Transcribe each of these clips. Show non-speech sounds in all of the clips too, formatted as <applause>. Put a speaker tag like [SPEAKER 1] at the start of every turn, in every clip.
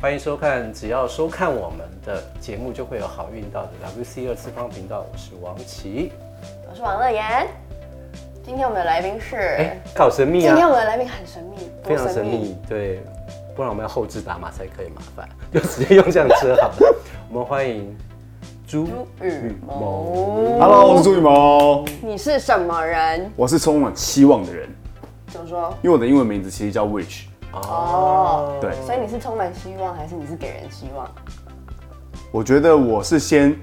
[SPEAKER 1] 欢迎收看，只要收看我们的节目，就会有好运到的 WC 二次方频道。我是王琦。
[SPEAKER 2] 我是王乐妍。今天我们的来宾是，
[SPEAKER 1] 哎，好神秘
[SPEAKER 2] 今天
[SPEAKER 1] 啊，
[SPEAKER 2] 我们的来宾很神秘，多
[SPEAKER 1] 非常神秘。对，不然我们要后置打码才可以，麻烦 <laughs> 就直接用这样车好了。 <laughs> 我们欢迎朱
[SPEAKER 2] 朱雨
[SPEAKER 1] 萌
[SPEAKER 2] 萌
[SPEAKER 3] Hello，我是朱雨萌，
[SPEAKER 2] 你是什么人？
[SPEAKER 3] 我是充满期望的人，
[SPEAKER 2] 怎么说？
[SPEAKER 3] 因为我的英文名字其实叫 Witch，
[SPEAKER 2] 哦，
[SPEAKER 3] 对
[SPEAKER 2] 所以你是充满希望，还是你是给人希望？
[SPEAKER 3] 我觉得我是先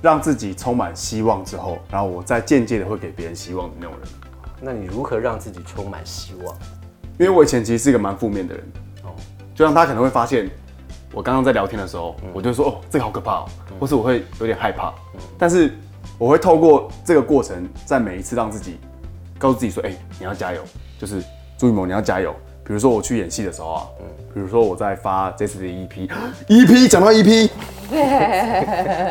[SPEAKER 3] 让自己充满希望之后，然后我再间接的会给别人希望的那种人，
[SPEAKER 1] 那你如何让自己充满希望？
[SPEAKER 3] 因为我以前其实是一个蛮负面的人，
[SPEAKER 1] 哦，
[SPEAKER 3] 就像他可能会发现我刚刚在聊天的时候，
[SPEAKER 1] 嗯
[SPEAKER 3] 我就说哦这个好可怕哦，或是我会有点害怕，但是我会透过这个过程，在每一次让自己告诉自己说，哎、你要加油，就是朱雨萌你要加油。比如说我去演戏的时候啊，
[SPEAKER 1] 嗯
[SPEAKER 3] 比如说我在发这次的 E <gasps> EP，EP 讲到 EP，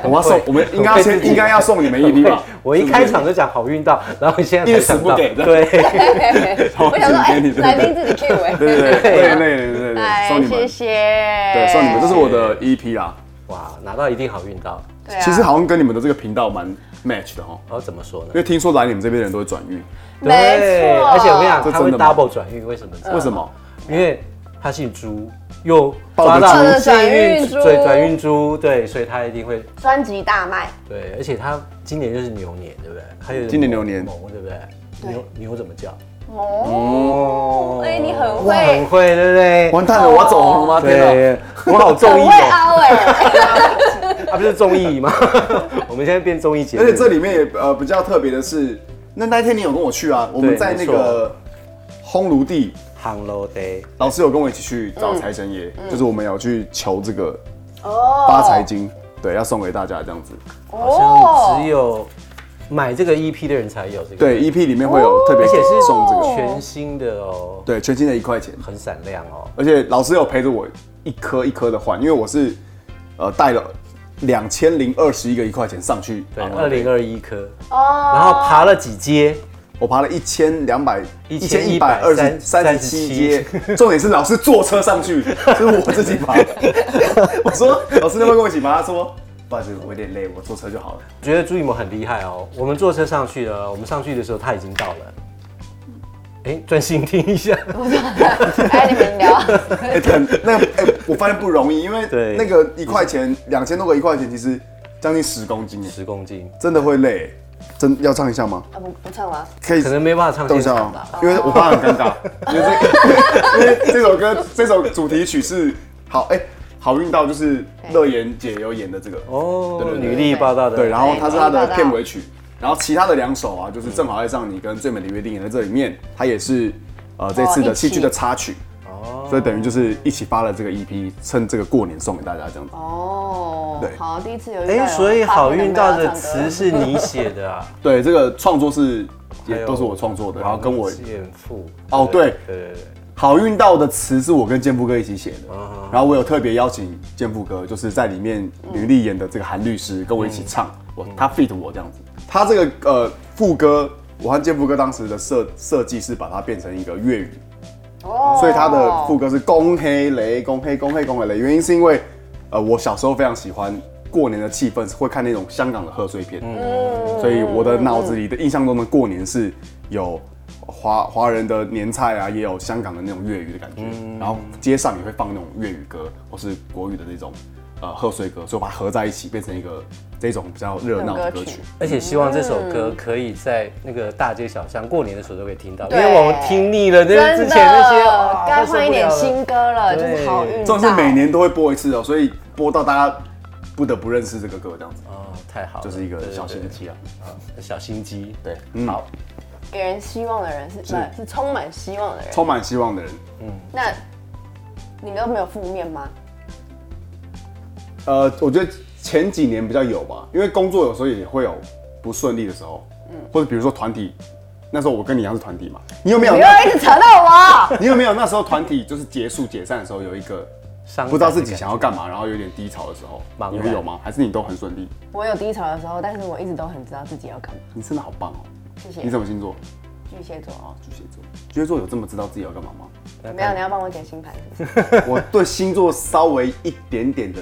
[SPEAKER 3] 我要送，我们应该要先应该要送你们 E EP 吧？
[SPEAKER 1] <laughs> 我一开场就讲好运到，然后你现在才
[SPEAKER 3] 一直
[SPEAKER 1] 想
[SPEAKER 3] 不
[SPEAKER 1] 到
[SPEAKER 3] 给的
[SPEAKER 1] 对， <laughs>
[SPEAKER 3] 好
[SPEAKER 2] <laughs> 我想说，哎
[SPEAKER 3] 谢谢你，对
[SPEAKER 2] 来宾自己 Q 哎。
[SPEAKER 3] 对对对对对对对对，
[SPEAKER 2] 哎
[SPEAKER 3] 送，你
[SPEAKER 2] 谢
[SPEAKER 3] 们，
[SPEAKER 2] 谢。
[SPEAKER 3] 对，
[SPEAKER 2] 对
[SPEAKER 3] 送你们，这是我的 EP 啦。
[SPEAKER 1] 哇，拿到一定好运到。
[SPEAKER 2] 对啊
[SPEAKER 3] 其实好像跟你们的这个频道蛮 match 的哦，
[SPEAKER 1] 然后怎么说呢
[SPEAKER 3] 因？为听说来你们这边的人都会转运，
[SPEAKER 2] 没错
[SPEAKER 1] 而且我跟你讲，
[SPEAKER 3] 这
[SPEAKER 1] 他会
[SPEAKER 3] 真的吗
[SPEAKER 1] double 转运，为什么？
[SPEAKER 2] 呃
[SPEAKER 3] 为什？么？
[SPEAKER 1] 因为他姓朱，又
[SPEAKER 3] 抱着
[SPEAKER 1] 到
[SPEAKER 3] 抱
[SPEAKER 2] 着
[SPEAKER 1] 幸
[SPEAKER 2] 转
[SPEAKER 1] 运
[SPEAKER 2] 运
[SPEAKER 1] 珠
[SPEAKER 2] 珠
[SPEAKER 1] 对，转运珠，对，所以他一定会
[SPEAKER 2] 专辑大卖，
[SPEAKER 1] 对，而且他今年就是牛年，对不对？还有
[SPEAKER 3] 今年牛年
[SPEAKER 1] 牛，对不对？
[SPEAKER 2] 对
[SPEAKER 1] 牛牛怎么叫？嗯
[SPEAKER 2] 哦，哎，你很
[SPEAKER 1] 哇，很
[SPEAKER 2] 会，
[SPEAKER 1] 会，对不
[SPEAKER 2] 哎
[SPEAKER 1] 对？
[SPEAKER 3] 完
[SPEAKER 2] 哦
[SPEAKER 3] 蛋了，我要走红了吗？天哪！
[SPEAKER 1] 对，我好综
[SPEAKER 2] 很
[SPEAKER 1] 艺
[SPEAKER 2] 会
[SPEAKER 1] 哦，
[SPEAKER 2] 凹哎。
[SPEAKER 1] 他不是综艺吗？ <laughs> 我们现在变综艺节目，
[SPEAKER 3] 而且这里面也呃比较特别的是，那那天你有跟我去啊，我们在那个烘炉地，
[SPEAKER 1] 杭楼 day，
[SPEAKER 3] 老师有跟我一起去找财神爷，
[SPEAKER 2] 嗯
[SPEAKER 3] 就是我们有去求这个
[SPEAKER 2] 哦
[SPEAKER 3] 发财金，对，要送给大家这样子。
[SPEAKER 1] 好
[SPEAKER 2] 哦
[SPEAKER 1] 像只有买这个 EP 的人才有这个，，
[SPEAKER 3] 对，EP 里面会有
[SPEAKER 2] 哦
[SPEAKER 3] 特别
[SPEAKER 1] 而且是
[SPEAKER 3] 送这个，
[SPEAKER 1] 全新的哦，
[SPEAKER 3] 对，全新的一块钱。
[SPEAKER 1] 很闪亮哦。
[SPEAKER 3] 而且老师有陪着我一颗一颗的换，因为我是呃带了两千零二十一个一块钱上去，
[SPEAKER 1] 对，
[SPEAKER 3] 然后
[SPEAKER 1] 二零二一颗，
[SPEAKER 2] 哦，
[SPEAKER 1] 然后爬了几阶，
[SPEAKER 3] 我爬了一千两百
[SPEAKER 1] 1137
[SPEAKER 3] 三十七阶，
[SPEAKER 1] <laughs>
[SPEAKER 3] 重点是老师坐车上去，是我自己爬的。我说老师能不能跟我一起爬？他说不好意思，我有点累，我坐车就好了。
[SPEAKER 1] 觉得朱雨萌很厉害哦。我们坐车上去了，我们上去的时候他已经到了。哎，专心听一
[SPEAKER 2] <laughs>
[SPEAKER 1] 下，
[SPEAKER 2] 哎，你们聊。 <laughs>
[SPEAKER 3] 哎、很那个哎、我发现不容易，因为
[SPEAKER 1] 对
[SPEAKER 3] 那个一块钱两千多个一块钱，其实将近十公斤耶，
[SPEAKER 1] 十公斤，
[SPEAKER 3] 真的会累。真要唱一下吗？
[SPEAKER 2] 啊不不唱了，
[SPEAKER 3] 可以
[SPEAKER 1] 可能没办法唱
[SPEAKER 3] 等
[SPEAKER 1] 现
[SPEAKER 3] 一下
[SPEAKER 1] 场
[SPEAKER 3] 哦
[SPEAKER 1] 吧。，
[SPEAKER 3] 因为我怕很尴
[SPEAKER 1] <laughs>
[SPEAKER 3] 尬，因为这因为这首歌这首主题曲是好哎、好运到就是乐妍姐有演的这个
[SPEAKER 1] 哦，
[SPEAKER 3] 对对对
[SPEAKER 1] 女力报道的，
[SPEAKER 3] 对，然后它是它
[SPEAKER 2] 好运到
[SPEAKER 3] 的
[SPEAKER 2] 到
[SPEAKER 3] 片尾曲，然后其他的两首啊，就是正好爱上你跟最美的约定也在这里面，它也是呃这次
[SPEAKER 2] 一
[SPEAKER 3] 的
[SPEAKER 2] 起
[SPEAKER 3] 戏剧的插曲，
[SPEAKER 1] 哦，
[SPEAKER 3] 所以等于就是一起发了这个 EP，趁这个过年送给大家这样子。
[SPEAKER 2] 哦
[SPEAKER 3] 对，
[SPEAKER 2] 好，第一次有遇到有
[SPEAKER 1] 哎，所以
[SPEAKER 2] 发
[SPEAKER 1] 好
[SPEAKER 2] 朋友
[SPEAKER 1] 运
[SPEAKER 2] 没有
[SPEAKER 1] 到
[SPEAKER 2] 要
[SPEAKER 1] 的
[SPEAKER 2] 唱歌
[SPEAKER 1] 词是你写的啊，
[SPEAKER 3] 对，这个创作是
[SPEAKER 1] 还
[SPEAKER 3] 也
[SPEAKER 1] 有
[SPEAKER 3] 都是我创作的，然后跟我
[SPEAKER 1] 健父
[SPEAKER 3] 哦对
[SPEAKER 1] 对对对，
[SPEAKER 3] 好运到的词是我跟健夫哥一起写的，然后我有特别邀请健夫哥，就是在里面女力演的这个韩律师跟我一起唱，我他 fit 我这样子。他这个呃副歌，我和健夫哥当时的设设计是把它变成一个粤语，
[SPEAKER 2] 哦
[SPEAKER 3] 所以他的副歌是“恭黑雷，恭黑恭黑恭黑雷”，原因是因为呃我小时候非常喜欢过年的气氛，会看那种香港的贺岁片，所以我的脑子里的印象中的过年是有华华人的年菜啊，也有香港的那种粤语的感觉，然后街上也会放那种粤语歌或是国语的那种呃贺岁歌，所以我把它合在一起变成一个这种比较热闹的
[SPEAKER 2] 歌
[SPEAKER 3] 歌
[SPEAKER 2] 曲
[SPEAKER 3] 曲。
[SPEAKER 1] 而且希望这首歌可以在那个大街小巷过年的时候都可以听到，因
[SPEAKER 2] 对
[SPEAKER 1] 为我们听腻了那
[SPEAKER 2] 真
[SPEAKER 1] 个
[SPEAKER 2] 的
[SPEAKER 1] 之前那些，啊
[SPEAKER 2] 该换一点。
[SPEAKER 1] 都受不了了
[SPEAKER 2] 新歌了，就
[SPEAKER 1] 对
[SPEAKER 2] 是好运到。
[SPEAKER 3] 这种是每年都会播一次哦，所以播到大家不得不认识这个歌，这样子
[SPEAKER 1] 哦，太好了，
[SPEAKER 3] 就是一个
[SPEAKER 1] 对对对
[SPEAKER 3] 小心机啊。
[SPEAKER 1] 啊小心机，
[SPEAKER 3] 对，
[SPEAKER 1] 好，
[SPEAKER 2] 给人希望的人是
[SPEAKER 3] 是
[SPEAKER 2] 不是充满希望的人。
[SPEAKER 3] 充满希望的人。
[SPEAKER 2] 那你们都没有负面吗？
[SPEAKER 3] 呃，我觉得前几年比较有吧，因为工作有时候也会有不顺利的时候，或者比如说团体，那时候我跟你一样是团体嘛，你有没有
[SPEAKER 2] 不？要一直扯到我。
[SPEAKER 3] 你有没有那时候团体就是结束解散的时候有一个
[SPEAKER 1] 伤感
[SPEAKER 3] 不知道自己想要干嘛，然后有点低潮的时候，
[SPEAKER 1] 茫
[SPEAKER 3] 你
[SPEAKER 1] 然
[SPEAKER 3] 会有吗？还是你都很顺利？
[SPEAKER 2] 我有低潮的时候，但是我一直都很知道自己要干嘛。
[SPEAKER 3] 你真的好棒哦！
[SPEAKER 2] 谢谢
[SPEAKER 3] 你。什么星座？啊
[SPEAKER 2] 巨蟹座哦，
[SPEAKER 3] 巨蟹座，巨蟹座有这么知道自己要干嘛吗？ <laughs>
[SPEAKER 1] 那
[SPEAKER 2] 没有，你要帮我解星盘是不是？
[SPEAKER 3] 我对星座稍微一点点的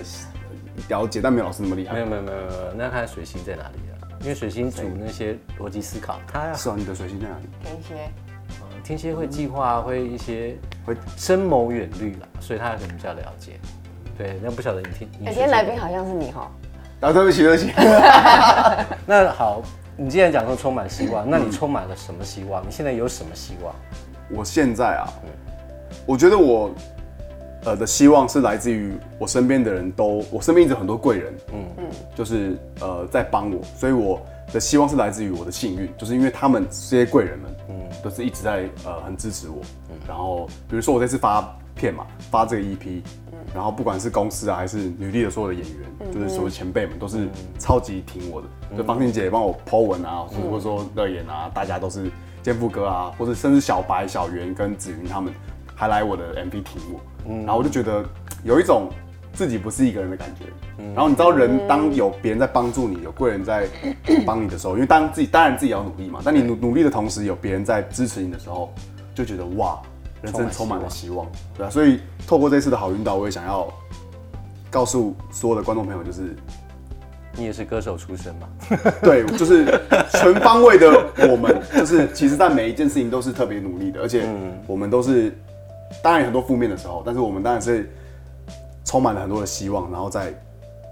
[SPEAKER 3] 了解，但没有老师那么厉
[SPEAKER 1] 没
[SPEAKER 3] 害
[SPEAKER 1] 有。没有没有没有，那看水星在哪里了、因为水星主那些逻辑思考，它
[SPEAKER 3] 是啊，你的水星在哪里？
[SPEAKER 2] 天蝎，
[SPEAKER 1] 呃天蝎会计划，会一些
[SPEAKER 3] 会
[SPEAKER 1] 深谋远虑啦，所以他可能比较了解。对，那不晓得你听。你水
[SPEAKER 2] 哎、今天
[SPEAKER 1] 星
[SPEAKER 2] 来宾好像是你哈，
[SPEAKER 3] 啊，对不起，对不起。
[SPEAKER 1] 那好，你既然讲说充满希望，那你充满了什么希望？你现在有什么希望？
[SPEAKER 3] 我现在啊，我觉得我呃的希望是来自于我身边的人都，我身边一直有很多贵人，嗯嗯，就是呃在帮我，所以我的希望是来自于我的幸运，就是因为他们这些贵人们，嗯，都是一直在呃很支持我，然后比如说我这次发片嘛，发这个 EP。然后不管是公司啊，还是履历的所有的演员，就是所有前辈们，都是超级挺我的。就方婷姐也帮我 Po 文啊，或者说乐言啊，大家都是肩负哥啊，或者甚至小白、小圆跟子云他们，还来我的 MV 挺我，然后我就觉得有一种自己不是一个人的感觉。然后你知道，人当有别人在帮助你，有贵人在 <coughs> 帮你的时候，因为当自己当然自己也要努力嘛，但你努努力的同时，有别人在支持你的时候，就觉得哇，人生充满了希望，对啊，所以透过这次的好运道，我也想要告诉所有的观众朋友，就是
[SPEAKER 1] 你也是歌手出身嘛？
[SPEAKER 3] 对，就是全方位的我们，就是其实，在每一件事情都是特别努力的，而且我们都是，当然有很多负面的时候，但是我们当然是充满了很多的希望，然后在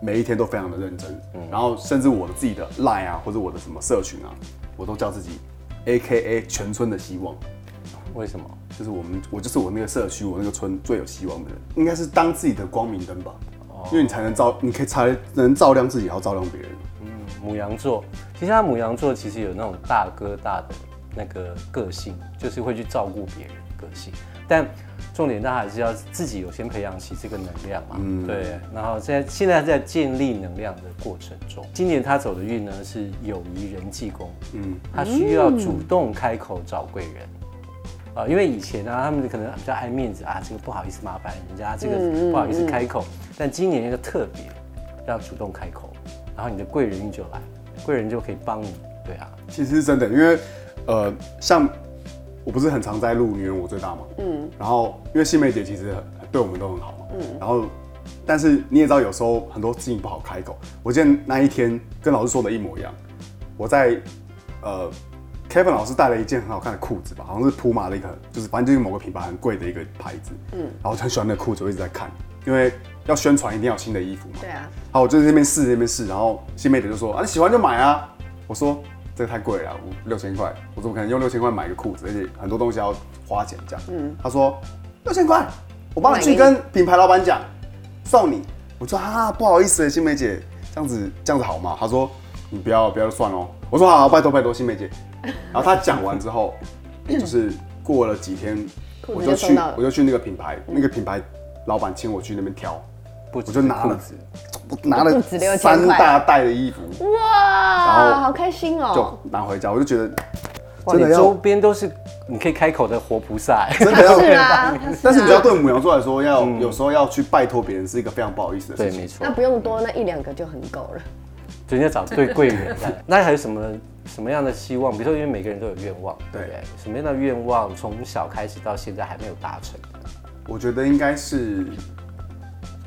[SPEAKER 3] 每一天都非常的认真，然后甚至我自己的 line 啊，或者我的什么社群啊，我都叫自己 A K A 全村的希望。
[SPEAKER 1] 为什么？
[SPEAKER 3] 就是我们，我就是我那个社区，我那个村最有希望的人，应该是当自己的光明灯吧，因为你才能照，你可以才能照亮自己，也要照亮别人。
[SPEAKER 1] 母羊座，其实他母羊座其实有那种大哥大的那个个性，就是会去照顾别人的个性，但重点他还是要自己有先培养起这个能量嘛。对。然后现在现在在建立能量的过程中，今年他走的运呢是友谊人际宫，嗯，他需要主动开口找贵人。啊，因为以前啊，他们可能比较爱面子啊，这个不好意思麻烦人家，这
[SPEAKER 2] 嗯
[SPEAKER 1] 个不好意思开口。但今年一个特别，要主动开口，然后你的贵人运就来，贵人就可以帮你。对啊，
[SPEAKER 3] 其实是真的，因为呃，像我不是很常在录《女人我最大》嘛，嗯，然后因为新梅姐其实很对我们都很好嘛，嗯，然后但是你也知道，有时候很多事情不好开口。我记得那一天跟老师说的一模一样，我在呃 Kevin 老师带了一件很好看的裤子吧，好像是普马的一个，就是反正就是某个品牌很贵的一个牌子，嗯，然后我就很喜欢那个裤子，我一直在看，因为要宣传一定要有新的衣服嘛，
[SPEAKER 2] 对啊，
[SPEAKER 3] 好，我就在那边试，那边试，然后新妹子就说：“啊，你喜欢就买啊。”我说：“这个太贵了，五六千块，我怎么可能用六千块买一个裤子？而且很多东西要花钱这样。”嗯，他说：“六千块，我帮你去跟品牌老板讲，送你。”我说：“啊，不好意思，新梅姐，这样子这样子好吗？”他说：“你不要不要就算哦。”我说：“好好，拜托拜托，新梅姐。”然后他讲完之后，
[SPEAKER 2] <coughs>
[SPEAKER 3] 就是过了几天，
[SPEAKER 2] 裤
[SPEAKER 3] 我
[SPEAKER 2] 子
[SPEAKER 3] 就
[SPEAKER 2] 就
[SPEAKER 3] 去
[SPEAKER 2] 送到了嗯
[SPEAKER 3] 我就去那个品牌，那个品牌老板请我去那边挑。
[SPEAKER 1] 不止
[SPEAKER 3] 我就拿了
[SPEAKER 1] 裤子，
[SPEAKER 3] 我拿
[SPEAKER 2] 不
[SPEAKER 3] 了
[SPEAKER 2] 止6000
[SPEAKER 3] 三大袋的衣服，然
[SPEAKER 2] 哇，
[SPEAKER 3] 后
[SPEAKER 2] 好开心啊哦！
[SPEAKER 3] 就拿回家，我就觉得
[SPEAKER 1] 哇，
[SPEAKER 3] 真的
[SPEAKER 1] 你
[SPEAKER 3] 要
[SPEAKER 1] 周边都是你可以开口的活菩萨、欸
[SPEAKER 3] 真的 <laughs> 要
[SPEAKER 2] 是啊，他
[SPEAKER 3] 但是你知道，
[SPEAKER 2] 啊，
[SPEAKER 3] 对母羊座来说，要有时候要去拜托别人是一个非常不好意思的
[SPEAKER 1] 嗯对，
[SPEAKER 3] 事情
[SPEAKER 1] 没。错
[SPEAKER 2] 那，不用多，那一两个就很够
[SPEAKER 3] <laughs>
[SPEAKER 2] 了。
[SPEAKER 1] 人家找对贵人来。那还有什么什么样的希望？比如说，因为每个人都有愿望，对不对？什么样的愿望从小开始到现在还没有达成？
[SPEAKER 3] 我觉得应该是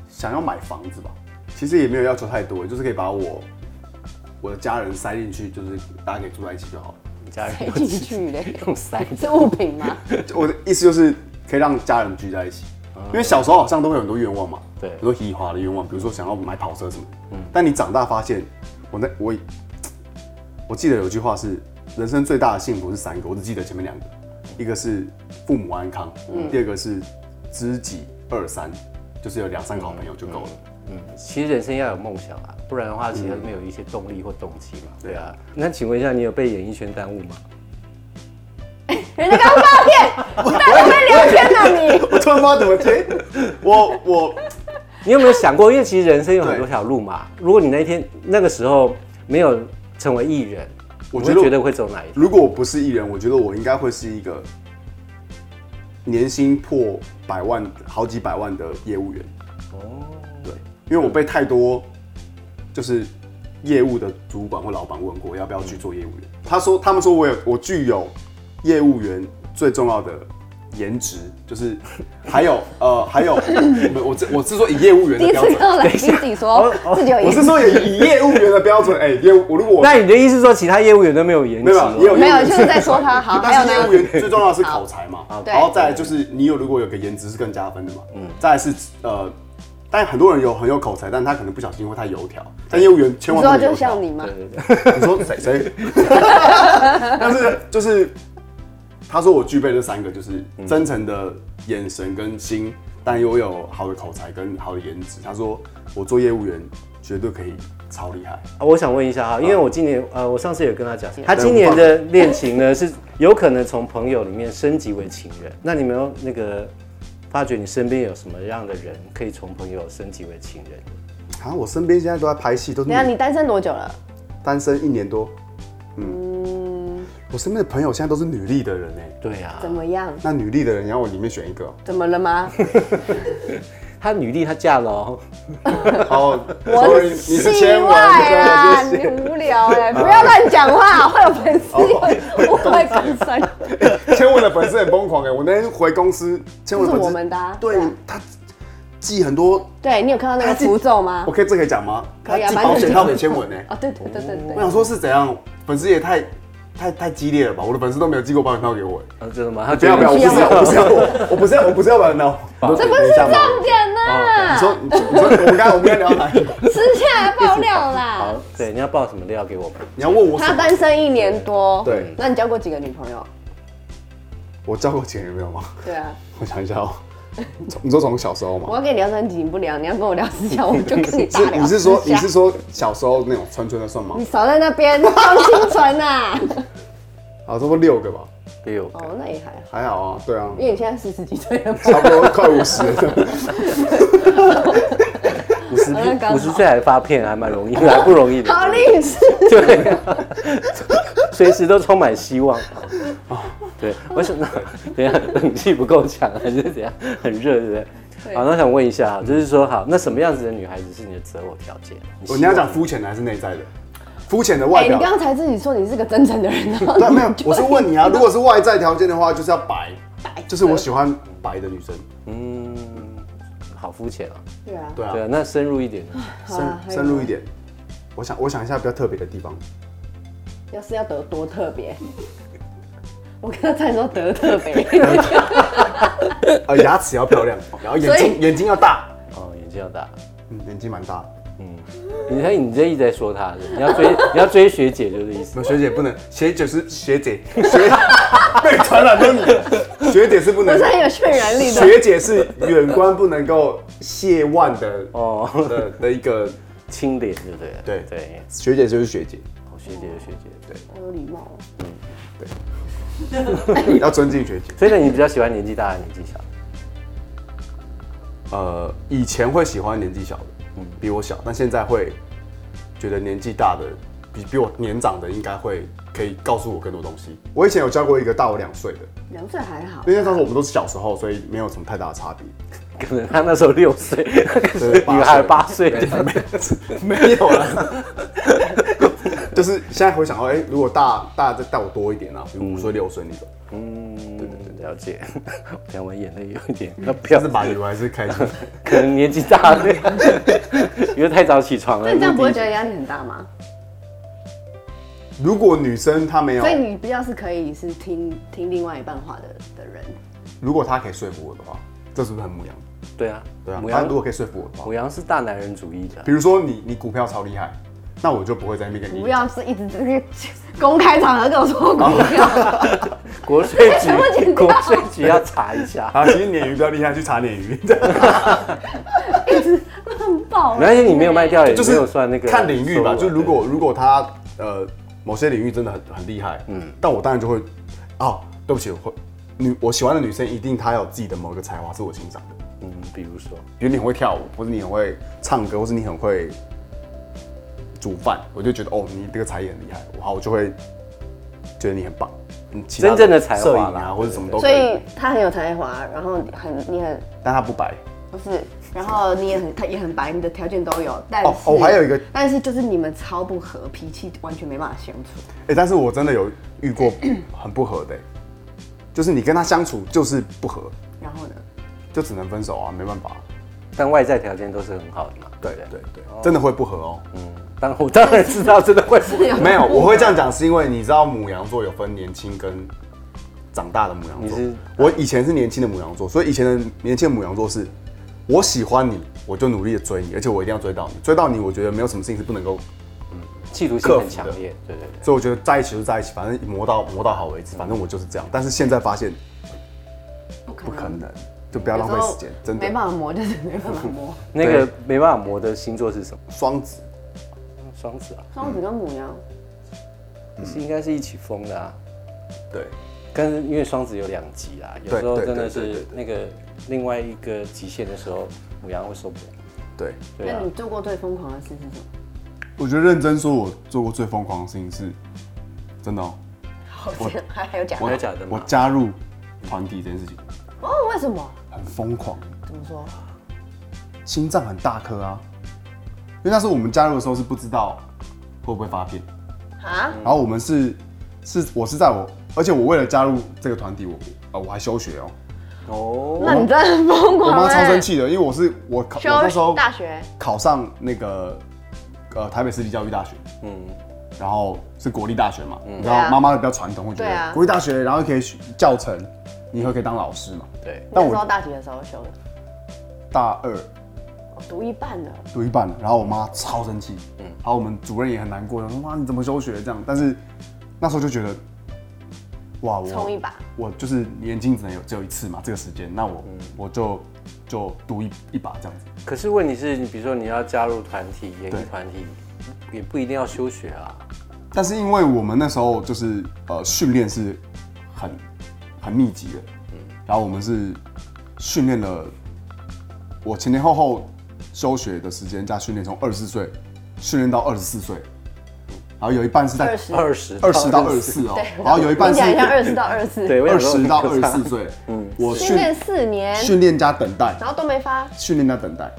[SPEAKER 3] 想要买房子吧，其实也没有要求太多，就是可以把我我的家人塞进去，就是大家可以住在一起就好了。
[SPEAKER 1] 你家人
[SPEAKER 2] 塞
[SPEAKER 1] 有
[SPEAKER 2] 进
[SPEAKER 1] 几
[SPEAKER 2] 去嘞，
[SPEAKER 1] 用
[SPEAKER 2] <laughs>
[SPEAKER 1] 塞的
[SPEAKER 2] 是物品吗？
[SPEAKER 3] 我的意思就是可以让家人聚在一起，因为小时候好像都会有很多愿望嘛，
[SPEAKER 1] 嗯对嗯
[SPEAKER 3] 很多稀华的愿望，比如说想要买跑车什么。但你长大发现，我那我我记得有句话是，人生最大的幸福是三个，我只记得前面两个，一个是父母安康，
[SPEAKER 1] 嗯
[SPEAKER 3] 第二个是知己二三，就是有两三个好朋友就够了。
[SPEAKER 1] 嗯其实人生要有梦想啊，不然的话，其实没有一些动力或动机嘛。对啊。那请问一下，你有被演艺圈耽误吗？
[SPEAKER 2] 人家刚刚抱
[SPEAKER 3] <laughs>
[SPEAKER 2] 怨，那你在聊天呢你？
[SPEAKER 3] <laughs> 我突然不知道怎么接，我我
[SPEAKER 1] 你有没有想过？因为其实人生有很多条路嘛。如果你那一天那个时候没有成为艺人，
[SPEAKER 3] 我
[SPEAKER 1] 我
[SPEAKER 3] 觉
[SPEAKER 1] 觉
[SPEAKER 3] 得
[SPEAKER 1] 得觉得会走哪一条？
[SPEAKER 3] 如果我不是艺人，我觉得我应该会是一个年薪破百万、好几百万的业务员。哦，对，因为我被太多就是
[SPEAKER 2] 嗯
[SPEAKER 3] 业务的主管或老板问过要不要去做业务员，他说他们说我有我具有业务员最重要的颜值，就是
[SPEAKER 2] <laughs>
[SPEAKER 3] 还有呃还有我我我是说以业务员
[SPEAKER 2] 第一
[SPEAKER 3] 的标
[SPEAKER 2] 次
[SPEAKER 3] 准
[SPEAKER 2] 看，到来宾自己说自己有
[SPEAKER 3] 哦我
[SPEAKER 2] 颜
[SPEAKER 3] 是
[SPEAKER 2] 值，
[SPEAKER 3] 说以以业务员的标准，哎、业务我如果我
[SPEAKER 1] 那你的意思是说，其他业务员都没有颜
[SPEAKER 3] 没
[SPEAKER 1] 值
[SPEAKER 3] 有啊
[SPEAKER 1] 吗？
[SPEAKER 3] 也有
[SPEAKER 2] 没
[SPEAKER 3] 业务
[SPEAKER 2] 有
[SPEAKER 3] 员
[SPEAKER 2] 就是在说他好，还有
[SPEAKER 3] 哦但是业务
[SPEAKER 2] 呢，
[SPEAKER 3] 员最重要的是口才嘛，
[SPEAKER 2] 对
[SPEAKER 3] 然后再来就是你有如果有个颜值是更加分的嘛，嗯，再来是呃，但很多人有很有口才，但他可能不小心会太油条，但业务员千
[SPEAKER 2] 你
[SPEAKER 3] 万不
[SPEAKER 2] 说
[SPEAKER 3] 能油
[SPEAKER 2] 就
[SPEAKER 3] 条
[SPEAKER 2] 像你吗？
[SPEAKER 1] 对对对
[SPEAKER 3] <laughs> 你说谁谁？ <laughs> 但是就是他说我具备这三个，就是真诚的眼神跟心，但又有好的口才跟好的颜值。他说我做业务员绝对可以超厉害，
[SPEAKER 1] 啊我想问一下哈，因为我今年呃，我上次有跟他讲，他今年的恋情呢是有可能从朋友里面升级为情人。那你们有那个发觉你身边有什么样的人可以从朋友升级为情人？
[SPEAKER 3] 啊，我身边现在都在拍戏，都是
[SPEAKER 2] 等一啊下你单身多久了？
[SPEAKER 3] 单身一年多，嗯，我身边的朋友现在都是女力的人哎、
[SPEAKER 1] 对呀、
[SPEAKER 2] 怎么样？
[SPEAKER 3] 那女力的人，你要我里面选
[SPEAKER 2] <laughs>
[SPEAKER 3] 一个哦、
[SPEAKER 2] 怎么了
[SPEAKER 3] <laughs>
[SPEAKER 2] 吗？
[SPEAKER 1] 她女力她嫁了哦， <laughs>
[SPEAKER 3] 哦，
[SPEAKER 2] 我
[SPEAKER 3] sorry，你是
[SPEAKER 2] 戏
[SPEAKER 3] 签文
[SPEAKER 2] 外
[SPEAKER 3] <laughs>
[SPEAKER 2] 啦，
[SPEAKER 3] 的，
[SPEAKER 2] 你无聊
[SPEAKER 3] <laughs>
[SPEAKER 2] 哎，不要乱讲话，会有粉
[SPEAKER 3] 哦
[SPEAKER 2] 丝会会更酸。
[SPEAKER 3] 签文的粉丝很疯狂哎、我那天回公司，
[SPEAKER 2] 这
[SPEAKER 3] 签文
[SPEAKER 2] 是
[SPEAKER 3] 的粉丝
[SPEAKER 2] 我们的啊对
[SPEAKER 3] 对
[SPEAKER 2] 啊
[SPEAKER 3] 他寄很多
[SPEAKER 2] 对你有看到那个符咒吗？
[SPEAKER 3] 我可以这可以讲吗？
[SPEAKER 2] 啊可以啊
[SPEAKER 3] 他寄
[SPEAKER 2] 反正
[SPEAKER 3] 保险
[SPEAKER 2] 你
[SPEAKER 3] 套给千文呢、
[SPEAKER 2] 啊， <laughs> 对对对对对
[SPEAKER 3] 我。想说是怎样，粉丝也太太太激烈了吧？我的粉丝都没有寄过保险套给
[SPEAKER 2] <laughs>
[SPEAKER 3] 我、
[SPEAKER 1] 啊真的吗？她
[SPEAKER 3] 不要不要，我不
[SPEAKER 2] 需要
[SPEAKER 3] 是要，我不是要，我不是要，我不是要保险套。
[SPEAKER 2] <laughs> 这啊不是重点呐、
[SPEAKER 3] 你说你说，你说我们刚才我们刚才聊哪
[SPEAKER 2] <laughs>
[SPEAKER 3] 里？
[SPEAKER 2] 私下来爆料啦
[SPEAKER 3] <laughs>
[SPEAKER 1] 好。，对，你要爆什么料给我们？
[SPEAKER 3] 你要问我什
[SPEAKER 2] 他
[SPEAKER 3] 么？
[SPEAKER 2] 单身一年多，
[SPEAKER 3] 对
[SPEAKER 2] 那你交过几个女朋友？
[SPEAKER 3] 我交过前女朋友吗？
[SPEAKER 2] 对啊，
[SPEAKER 3] 我想一下哦、从你说从小时候
[SPEAKER 2] 我
[SPEAKER 3] 吗？
[SPEAKER 2] 要跟你聊三集，你不聊，你要跟我聊私
[SPEAKER 3] <laughs>
[SPEAKER 2] 下，我就跟你大
[SPEAKER 3] 是
[SPEAKER 2] 聊啊嗯
[SPEAKER 3] 你
[SPEAKER 2] <laughs>
[SPEAKER 3] 是说
[SPEAKER 2] 私
[SPEAKER 3] 你
[SPEAKER 2] 下
[SPEAKER 3] 是说小时候那种纯纯的算吗
[SPEAKER 2] 你？少在那边装清纯啊？ <laughs>
[SPEAKER 3] 好，差不多六个吧，
[SPEAKER 1] 六个，
[SPEAKER 2] 哦，那也还好，
[SPEAKER 3] 还好啊，对啊，
[SPEAKER 2] 因为你现在四十几岁
[SPEAKER 3] <laughs>
[SPEAKER 2] 了嘛。
[SPEAKER 3] 差不多快五十 <laughs> 了。
[SPEAKER 1] 五十
[SPEAKER 2] 那刚好
[SPEAKER 1] 五十岁还发片，还蛮容易， <laughs> 还不容易的。
[SPEAKER 2] 好励志，
[SPEAKER 1] 对、 <laughs> 啊，随时都充满希望。哦，对，我想，等一下冷气不够强还是怎样？很热，对不对？
[SPEAKER 2] 对
[SPEAKER 1] 好，那想问一下啊，就是说，好，那什么样子的女孩子是你的择偶条件？希
[SPEAKER 3] 我
[SPEAKER 1] 望
[SPEAKER 3] 你要讲肤浅的还是内在的？肤浅的
[SPEAKER 2] 哎、
[SPEAKER 3] 外
[SPEAKER 2] 你
[SPEAKER 3] 表。
[SPEAKER 2] 刚才自己说你是个真诚的人，然哦后
[SPEAKER 3] 对，
[SPEAKER 2] <laughs>
[SPEAKER 3] 没有，我是问你啊，如果是外在条件的话，就是要白，就是我喜欢白的女生，
[SPEAKER 1] 嗯，好肤浅啊。
[SPEAKER 2] 对啊，
[SPEAKER 3] 对啊
[SPEAKER 1] 对，啊，那深入一点呢，
[SPEAKER 2] 好啊
[SPEAKER 3] 深
[SPEAKER 2] 还有
[SPEAKER 3] 深入一点。我想，我想一下比较特别的地方， <laughs>
[SPEAKER 2] 要是要得多特别， <laughs> 我跟他才说得特别，
[SPEAKER 3] 呃，牙齿
[SPEAKER 2] <laughs>
[SPEAKER 3] 要漂亮，然后眼
[SPEAKER 2] 所以
[SPEAKER 3] 睛眼睛要大，
[SPEAKER 1] 哦，眼睛要大。
[SPEAKER 3] 嗯，眼睛蛮大的。
[SPEAKER 1] 你看，你这一直在说她，你要追，你要追学姐就是意思。
[SPEAKER 3] 那学姐不能，学姐是学姐，学 <laughs> 被传染都
[SPEAKER 2] <laughs>
[SPEAKER 3] 你，学姐是不
[SPEAKER 2] 不
[SPEAKER 3] 能
[SPEAKER 2] 是，很有渲染力的。
[SPEAKER 3] 学姐是远观不能够亵玩的
[SPEAKER 1] 哦， <laughs>
[SPEAKER 3] 的的一个
[SPEAKER 1] 清脸对不对？
[SPEAKER 3] 对
[SPEAKER 1] 对，
[SPEAKER 3] 学姐就是 <laughs> 学姐，
[SPEAKER 1] 好学姐就学姐。
[SPEAKER 2] 好有礼貌哦。
[SPEAKER 3] 要尊敬学姐。
[SPEAKER 1] 所以呢，你比较喜欢年纪大还是年纪小？
[SPEAKER 3] 呃，以前会喜欢年纪小的，嗯比我小，但现在会觉得年纪大的比比我年长的应该会可以告诉我更多东西。我以前有教过一个大我两岁的，
[SPEAKER 2] 两岁还好
[SPEAKER 3] 因，为那时候我们都是小时候，所以没有什么太大的差别。
[SPEAKER 1] 可能她那时候六岁，
[SPEAKER 3] 对
[SPEAKER 1] <laughs> 女孩八岁，
[SPEAKER 3] 没 <laughs> 没有啦。就是现在回想到，哎、如果大大再大我多一点啊，比如五岁六岁那种，
[SPEAKER 1] 嗯，对对对，了解。讲完眼泪有一点要
[SPEAKER 3] 但
[SPEAKER 1] 飙
[SPEAKER 3] 是，把油还是开心。
[SPEAKER 1] 可能年纪大了， <laughs> 因为太早起床了。
[SPEAKER 2] 那你这样不会
[SPEAKER 1] 目的
[SPEAKER 2] 觉得压力很大吗？
[SPEAKER 3] 如果女生她没有
[SPEAKER 2] 所以，你比较是可以是听听另外一半话的的人，
[SPEAKER 3] 如果她可以说服我的话，这是不是很母羊？
[SPEAKER 1] 对啊，
[SPEAKER 3] 对啊
[SPEAKER 1] 母，
[SPEAKER 3] 她如果
[SPEAKER 1] 羊
[SPEAKER 3] 可以说服我的话
[SPEAKER 1] 母，羊是大男人主义的
[SPEAKER 3] 比，如说你你股票超厉害，那我就不会在那边跟你
[SPEAKER 2] 不要是一直这个公开场合跟我说股票，
[SPEAKER 3] <laughs>
[SPEAKER 1] 国税
[SPEAKER 2] <laughs> 全部剪
[SPEAKER 1] 局
[SPEAKER 2] 掉
[SPEAKER 1] 国税局要查一下。
[SPEAKER 3] <laughs> 啊，其实鲶鱼比较厉害，去查鲶鱼， <laughs>
[SPEAKER 2] 一直很爆欸
[SPEAKER 1] 没。关系，你没有卖掉也没有算那个
[SPEAKER 3] 看领域吧。
[SPEAKER 1] 收
[SPEAKER 3] 就
[SPEAKER 1] 入啊
[SPEAKER 3] 如果如果他呃某些领域真的很很厉害，嗯，但我当然就会，哦，对不起，我会女我喜欢的女生一定她有自己的某一个才华是我欣赏的，
[SPEAKER 1] 对嗯，比如说
[SPEAKER 3] 比如你很会跳舞，或者你很会唱歌，或者你很会煮饭，我就觉得哦，你这个才艺很厉害，我好，我就会觉得你很棒。嗯其他
[SPEAKER 1] 真正的才华
[SPEAKER 3] 摄影
[SPEAKER 1] 啦
[SPEAKER 3] 啊，或者什么都
[SPEAKER 2] 所
[SPEAKER 3] 可以，
[SPEAKER 2] 以他很有才华，然后你很你很
[SPEAKER 3] 但他不白。
[SPEAKER 2] 不是，然后你也很他也很白，你的条件都有，但是
[SPEAKER 3] 哦哦还有一个
[SPEAKER 2] 但是就是你们超不合，脾气完全没办法相处。
[SPEAKER 3] 哎、但是我真的有遇过很不合的欸、就是你跟他相处就是不合，
[SPEAKER 2] 然后呢？
[SPEAKER 3] 就只能分手啊，没办法。
[SPEAKER 1] 但外在条件都是很好的嘛，
[SPEAKER 3] 对
[SPEAKER 1] 不
[SPEAKER 3] 对对，真的会不合哦。
[SPEAKER 1] 嗯，当我当然知道，真的会不
[SPEAKER 3] <laughs>
[SPEAKER 1] 合。
[SPEAKER 3] 没有，我会这样讲是因为你知道母羊座有分年轻跟长大的母羊
[SPEAKER 1] 你
[SPEAKER 3] 座
[SPEAKER 1] 是。
[SPEAKER 3] 我以前是年轻的母羊座，所以以前的年轻的母羊座是，我喜欢你，我就努力的追你，而且我一定要追到你，追到你，我觉得没有什么事情是不能够。
[SPEAKER 1] 企图心很强烈，对对对。
[SPEAKER 3] 所以我觉得在一起就在一起，反正磨到磨到好为
[SPEAKER 1] 嗯
[SPEAKER 3] 止，反正我就是这样。但是现在发现
[SPEAKER 2] 不可
[SPEAKER 3] 不可能，就不要浪费时间，真
[SPEAKER 2] 没
[SPEAKER 3] 的。嗯
[SPEAKER 2] 办法磨，就是没办法磨。
[SPEAKER 1] 那个没办法磨的星座是什么？
[SPEAKER 3] 双子，嗯
[SPEAKER 1] 双子啊，
[SPEAKER 2] 双子跟母羊，
[SPEAKER 1] 可嗯是应该是一起疯的啊。
[SPEAKER 3] 对，
[SPEAKER 1] 但是因为双子有两极啦，有
[SPEAKER 3] 对
[SPEAKER 1] 时候
[SPEAKER 3] 对
[SPEAKER 1] 真的
[SPEAKER 3] 对对
[SPEAKER 1] 是那个另外一个极限的时候，母羊会受不了。
[SPEAKER 3] 对。
[SPEAKER 1] 对
[SPEAKER 2] 那
[SPEAKER 1] 啊
[SPEAKER 2] 你，做过最疯狂的事是什么？
[SPEAKER 3] 我觉得认真说，我做过最疯狂的事情是，真的、哦，
[SPEAKER 2] 好像还还有讲
[SPEAKER 1] 真的假的
[SPEAKER 3] 我
[SPEAKER 1] 嘛？
[SPEAKER 3] 加入团体这件事情
[SPEAKER 2] 哦？为什么？
[SPEAKER 3] 很疯狂，
[SPEAKER 2] 怎么说？
[SPEAKER 3] 心脏很大颗啊。因为那时候我们加入的时候是不知道会不会发片，
[SPEAKER 2] 啊？
[SPEAKER 3] 然后我们是是我是在我，而且我为了加入这个团体，我呃我还休学哦，
[SPEAKER 1] 哦，
[SPEAKER 2] 那你真的很疯
[SPEAKER 3] 我
[SPEAKER 2] 狂
[SPEAKER 3] 妈超
[SPEAKER 2] 欸
[SPEAKER 3] 生气的，因为我是我考我那时
[SPEAKER 2] 休
[SPEAKER 3] 候
[SPEAKER 2] 大学，
[SPEAKER 3] 考上那个呃台北私立教育大学，
[SPEAKER 1] 嗯，
[SPEAKER 3] 然后是国立大学嘛，你知
[SPEAKER 2] 对啊
[SPEAKER 3] 道妈妈比较传统，会觉
[SPEAKER 2] 对啊
[SPEAKER 3] 得国立大学，然后可以选教程，你以后可以当老师嘛。
[SPEAKER 1] 对，
[SPEAKER 2] 那
[SPEAKER 3] 但
[SPEAKER 2] 时候
[SPEAKER 3] 我
[SPEAKER 2] 大学的时候修的，
[SPEAKER 3] 大二
[SPEAKER 2] 我读一半的。
[SPEAKER 3] 读一半了，然后我妈超生气，嗯，然后我们主任也很难过，她说妈你怎么休学这样？但是那时候就觉得，哇，我
[SPEAKER 2] 冲一把，
[SPEAKER 3] 我就是年金只能有只有一次嘛，这个时间，那我、我就就赌一一把这样子。
[SPEAKER 1] 可是问题是你，比如说你要加入团体、演艺
[SPEAKER 3] 对
[SPEAKER 1] 团体，也不一定要休学啊。
[SPEAKER 3] 但是因为我们那时候就是呃训练是很很密集的，然后我们是训练了，我前前后后休学的时间加训练，从二十四岁训练到二十四岁，然后有一半是在
[SPEAKER 2] 二十，
[SPEAKER 1] 二十，
[SPEAKER 3] 二十到二十，四哦
[SPEAKER 2] 对，，
[SPEAKER 3] 然后有一半是
[SPEAKER 2] 听起来像二十到二十四，
[SPEAKER 1] 对，我想
[SPEAKER 3] 二
[SPEAKER 1] 说
[SPEAKER 3] 十到二十四，岁，
[SPEAKER 1] 嗯
[SPEAKER 3] 我
[SPEAKER 2] 训
[SPEAKER 3] 训
[SPEAKER 2] 练四年，
[SPEAKER 3] 训练加等待，
[SPEAKER 2] 然后都没发。
[SPEAKER 3] 训练加等待，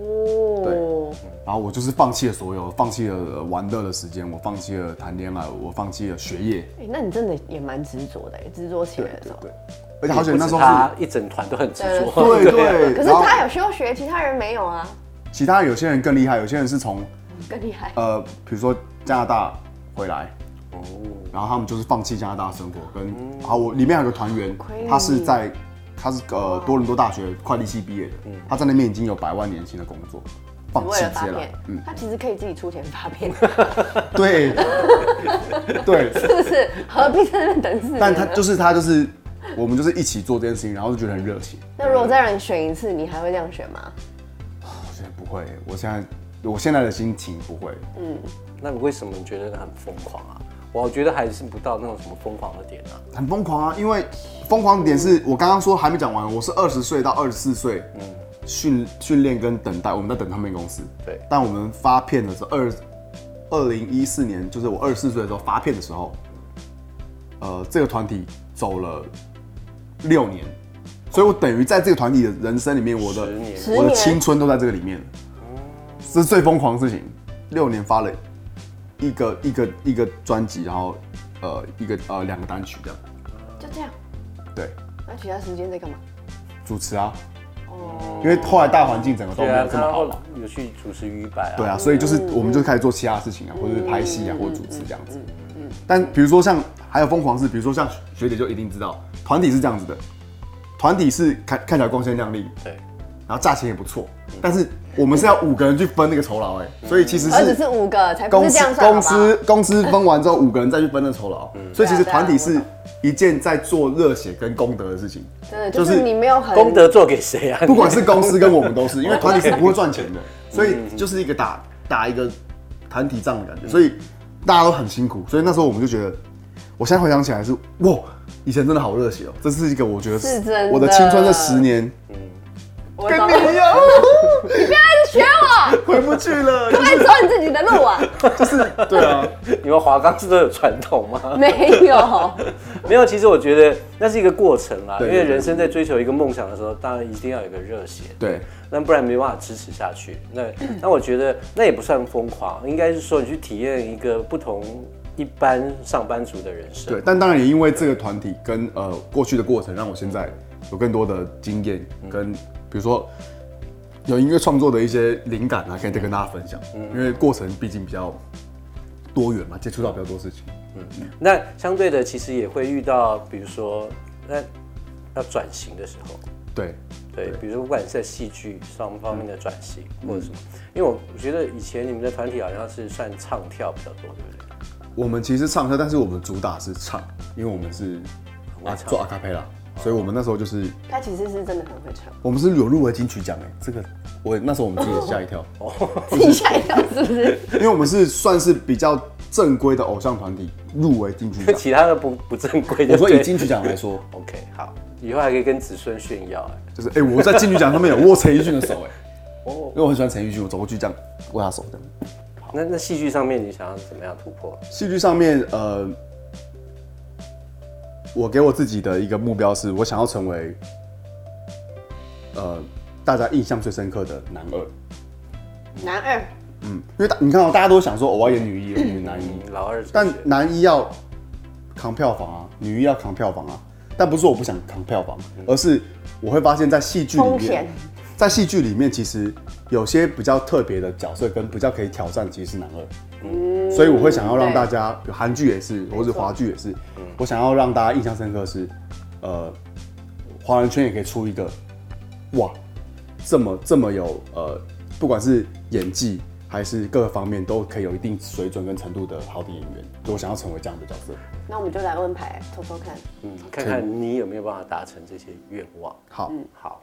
[SPEAKER 2] 哦，
[SPEAKER 3] 然后我就是放弃了所有，放弃了呃玩乐的时间，我放弃了谈恋爱，我放弃了学业，
[SPEAKER 2] 哎那你真的也蛮执着的欸，执着起
[SPEAKER 3] 对
[SPEAKER 2] 来的时
[SPEAKER 3] 对
[SPEAKER 2] 候。
[SPEAKER 3] 对，而且好险那时候
[SPEAKER 1] 他
[SPEAKER 3] 是，
[SPEAKER 1] 一整团都很执着，
[SPEAKER 3] 对啊对，
[SPEAKER 2] 可是
[SPEAKER 3] 然后
[SPEAKER 2] 他有休学，其他人没有啊，
[SPEAKER 3] 其他有些人更厉害，有些人是从
[SPEAKER 2] 更厉害。
[SPEAKER 3] 呃，比如说加拿大回来，
[SPEAKER 1] 哦，
[SPEAKER 3] 然后他们就是放弃加拿大生活，跟啊我里面还有个团员
[SPEAKER 2] 亏，
[SPEAKER 3] 他是在他是呃多伦多大学会计系毕业的，他在那边已经有百万年薪的工作，放
[SPEAKER 2] 为
[SPEAKER 3] 弃嗯
[SPEAKER 2] 了
[SPEAKER 3] 直
[SPEAKER 2] 发
[SPEAKER 3] 接来
[SPEAKER 2] 片，，他其实可以自己出钱发片， <laughs>
[SPEAKER 3] 对对，
[SPEAKER 2] 是不是？何必在那边等四年呢？
[SPEAKER 3] 但他就是他就是我们就是一起做这件事情，然后就觉得很热情。
[SPEAKER 2] 那如果再让你选一次，你还会这样选吗？
[SPEAKER 3] 我觉得不会，我现在我现在的心情不会，
[SPEAKER 1] 那你为什么觉得很疯狂啊？我觉得还是不到那种什么疯狂的点啊。
[SPEAKER 3] 很疯狂啊，因为疯狂的点是我刚刚说还没讲完，我是二十岁到二十四岁，嗯，训训练跟等待，我们在等唱片公司，
[SPEAKER 1] 对
[SPEAKER 3] 但我们发片的时候，二二零一四年就是我二十四岁的时候发片的时候，呃，这个团体走了六年，所以我等于在这个团体的人生里面，我的
[SPEAKER 1] 十年嗯
[SPEAKER 2] 十
[SPEAKER 3] 我的
[SPEAKER 2] 年
[SPEAKER 3] 青春都在这个里面了，这是最疯狂的事情。六年发了一个一个一个专辑，然后呃一个呃两个单曲这样，
[SPEAKER 2] 就这样，
[SPEAKER 3] 对，
[SPEAKER 2] 那其他时间在干嘛？
[SPEAKER 3] 主持啊，
[SPEAKER 2] 哦，
[SPEAKER 3] 因为后来大环境整个都
[SPEAKER 1] 对
[SPEAKER 3] 哦没有
[SPEAKER 1] 啊，
[SPEAKER 3] 这么
[SPEAKER 1] 他
[SPEAKER 3] 好
[SPEAKER 1] 后
[SPEAKER 3] 了。
[SPEAKER 1] 有去主持鱼摆啊。
[SPEAKER 3] 对啊，所以就是
[SPEAKER 2] 嗯
[SPEAKER 3] 我们就开始做其他事情啊，或者是拍戏啊，或者主持这样子。
[SPEAKER 2] 嗯
[SPEAKER 3] 但比如说像还有疯狂是，比如说像学姐就一定知道，团体是这样子的，团体是看看起来光鲜亮丽，
[SPEAKER 1] 对，
[SPEAKER 3] 然后价钱也不错，但是我们是要五个人去分那个酬劳哎，所以其实
[SPEAKER 2] 嗯哦而只
[SPEAKER 3] 是
[SPEAKER 2] 是五个，才不
[SPEAKER 3] 公
[SPEAKER 2] 是这样
[SPEAKER 3] 司
[SPEAKER 2] 算好嗯不
[SPEAKER 3] 公
[SPEAKER 2] 好
[SPEAKER 3] 司公司分完之后五个人再去分那个酬劳，所以其实
[SPEAKER 2] 啊
[SPEAKER 3] 团体是一件在做热血跟功德的事情，
[SPEAKER 2] 真的就
[SPEAKER 3] 就是是
[SPEAKER 2] 你没有很
[SPEAKER 1] 功德做给谁啊？
[SPEAKER 3] 不管是公司跟我们都是，因为团体是不会赚
[SPEAKER 2] 嗯
[SPEAKER 3] 钱的，所以就是一个打打一个团体仗的感觉，所以大家都很辛苦，所以那时候我们就觉得，我现在回想起来是哇，以前真的好热血哦，这是一个我觉得
[SPEAKER 2] 是真的
[SPEAKER 3] 我的青春这十年
[SPEAKER 2] 我
[SPEAKER 3] 跟
[SPEAKER 2] 懂了
[SPEAKER 3] 你一样
[SPEAKER 2] 学我，
[SPEAKER 3] 回不去
[SPEAKER 2] <laughs>
[SPEAKER 3] 了，
[SPEAKER 2] 快走啊你自己的路
[SPEAKER 3] <laughs>
[SPEAKER 2] 啊！
[SPEAKER 3] 就是对啊，
[SPEAKER 1] 你们华冈是都有传统
[SPEAKER 3] <laughs>
[SPEAKER 1] 吗？
[SPEAKER 2] 没有，
[SPEAKER 1] 没有，其实我觉得那是一个过程啊啦，因
[SPEAKER 3] 对对
[SPEAKER 1] 为人生在追求一个梦想的时候，当然一定要有一个热血，
[SPEAKER 3] 对，
[SPEAKER 1] 那不然没办法支持下去。那那我觉得那也不算疯狂，应该是说你去体验一个不同一般上班族的人生。
[SPEAKER 3] 对，但当然也因为这个团体跟呃过去的过程，让我现在有更多的经验，跟比如说有音乐创作的一些灵感啊，可以再跟大家分享。因为过程毕竟比较多元嘛，接触到比较多事情。
[SPEAKER 1] 那相对的，其实也会遇到，比如说那要转型的时候，
[SPEAKER 3] 对，
[SPEAKER 1] 对，比如说不管是在戏剧上方面的转型、或者什么，
[SPEAKER 3] 嗯
[SPEAKER 1] 因为我我觉得以前你们的团体好像是算唱跳比较多，对不对？
[SPEAKER 3] 我们其实唱歌，但是我们主打是唱，因为我们是啊做阿卡贝拉，所以我们那时候就是
[SPEAKER 2] 他其实是真的很会
[SPEAKER 3] <laughs>
[SPEAKER 2] 唱，
[SPEAKER 3] 我们是有入围金曲奖哎，这个我那时候我们自己也吓一跳，
[SPEAKER 2] 自己吓一跳是不是？
[SPEAKER 3] 因为我们是算是比较正规的偶像团体，入围金曲
[SPEAKER 1] 就
[SPEAKER 3] <laughs> 奖。
[SPEAKER 1] <laughs> 其他的不不正规
[SPEAKER 3] 嗯我
[SPEAKER 1] 就
[SPEAKER 3] 说
[SPEAKER 1] 对
[SPEAKER 3] 以金曲奖来说，
[SPEAKER 1] OK 好，以后还可以跟子孙炫耀、哎
[SPEAKER 3] 就是哎、我在金曲奖上面有 <laughs> 握陈奕迅的手哎、因为我很喜欢陈奕迅，我走过去这样握他手这样。
[SPEAKER 1] 那那戏剧上面你想要怎么样突破？
[SPEAKER 3] 戏剧上面，呃，我给我自己的一个目标是，我想要成为，呃，大家印象最深刻的男二。
[SPEAKER 2] 男二
[SPEAKER 3] 嗯，因为大你看到、大家都想说、哦我要演女一，我要演男一，
[SPEAKER 1] 老二，
[SPEAKER 3] 嗯但男一要扛票房啊，女一要扛票房啊。但不是我不想扛票房，啊而是我会发现，在戏剧
[SPEAKER 2] 嗯
[SPEAKER 3] 里
[SPEAKER 2] 风
[SPEAKER 3] 面
[SPEAKER 2] 险，
[SPEAKER 3] 在戏剧里面，其实有些比较特别的角色跟比较可以挑战，其实是男二。
[SPEAKER 2] 嗯
[SPEAKER 3] 所以我会想要让大家，比如韩剧也是，或者华剧也是，我想要让大家印象深刻是，呃，华人圈也可以出一个，哇，这么这么有呃，不管是演技还是各个方面都可以有一定水准跟程度的好的演员，就我想要成为这样的角色。
[SPEAKER 2] 那我们就来问牌，偷偷看。
[SPEAKER 1] 嗯，看看你有没有办法达成这些愿望。
[SPEAKER 3] 好，
[SPEAKER 1] 好，